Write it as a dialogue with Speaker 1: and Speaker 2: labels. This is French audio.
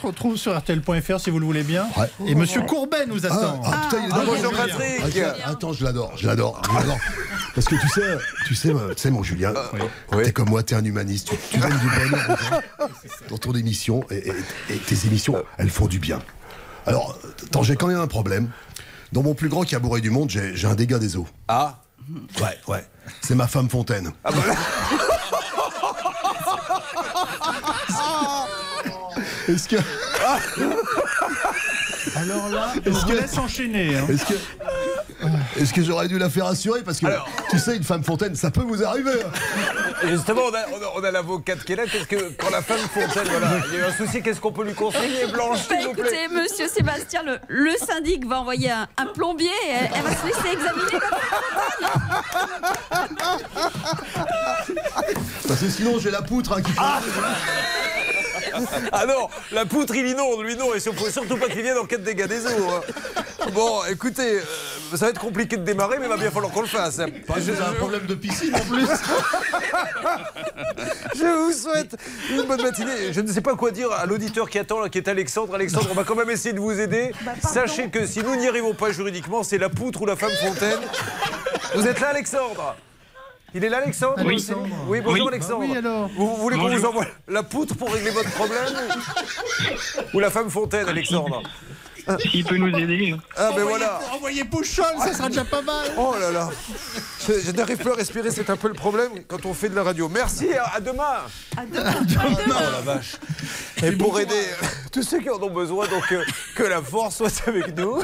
Speaker 1: se retrouve sur RTL.fr si vous le voulez bien.
Speaker 2: Ouais.
Speaker 1: Et Monsieur Courbet nous
Speaker 2: Ah,
Speaker 1: attend.
Speaker 2: ah, putain, il est dans mon
Speaker 3: bonjour
Speaker 2: Julien.
Speaker 3: Patrick.
Speaker 2: Attends, attends, je l'adore, je l'adore, je l'adore. Parce que tu sais, tu sais, euh, tu sais mon Julien, t'es
Speaker 3: Ah, Oui.
Speaker 2: comme moi, t'es un humaniste, tu, tu donnes du bonheur aux gens dans ton émission et, et- et tes émissions, elles font du bien. Alors, attends, j'ai quand même un problème. Dans mon plus grand cabaret du monde, j'ai j'ai un dégât des eaux.
Speaker 3: Ah, bah
Speaker 2: Ouais, ouais. C'est ma femme Fontaine. Est-ce que, ah.
Speaker 1: Alors là, on vous laisse enchaîner. hein.
Speaker 2: est-ce que, est-ce que j'aurais dû la faire assurer Parce que,
Speaker 3: Alors-
Speaker 2: tu sais, une femme Fontaine, ça peut vous arriver. hein.
Speaker 3: justement, on a, on a- on a l'avocate qui est là. Qu'est-ce que, quand la femme Fontaine, voilà, il y a eu un souci, qu'est-ce qu'on peut lui conseiller, Blanche,
Speaker 4: Bah,
Speaker 3: s'il vous plaît
Speaker 4: écoutez, monsieur Sébastien, le, le syndic va envoyer un, un plombier et elle, elle va se laisser examiner.
Speaker 2: Parce que sinon, j'ai la poutre hein, qui fait-
Speaker 3: Ah non, la poutre, il inonde, lui non, et si on pouvait surtout pas qu'il vienne en quête des dégâts des eaux. hein. Bon, écoutez, euh, ça va être compliqué de démarrer, mais il va bien falloir qu'on le fasse. hein.
Speaker 2: Parce que
Speaker 3: Je-
Speaker 2: Ah, j'ai un problème de piscine en plus.
Speaker 3: Je vous souhaite une bonne matinée. Je ne sais pas quoi dire à l'auditeur qui attend, là, qui est Alexandre. Alexandre, on va quand même essayer de vous aider. Sachez que si nous n'y arrivons pas juridiquement, c'est la poutre ou la femme fontaine. Vous êtes là, Alexandre Il est là, Alexandre
Speaker 1: Alexandre.
Speaker 3: Oui, bonjour,
Speaker 5: Oui.
Speaker 3: Alexandre.
Speaker 1: Ah oui, alors
Speaker 3: Vous, vous voulez qu'on vous
Speaker 5: Bonjour.
Speaker 3: envoie la poutre pour régler votre problème ou- Ou la femme fontaine, Alexandre
Speaker 5: S'il peut nous aider.
Speaker 3: Ah, ben voilà
Speaker 1: Envoyez Pouchol, ça sera déjà pas mal.
Speaker 3: Oh là là Je, je n'arrive plus à respirer, c'est un peu le problème quand on fait de la radio. Merci, à, à demain Oh la vache Et pour aider tous ceux qui en ont besoin, donc euh, que la force soit avec nous.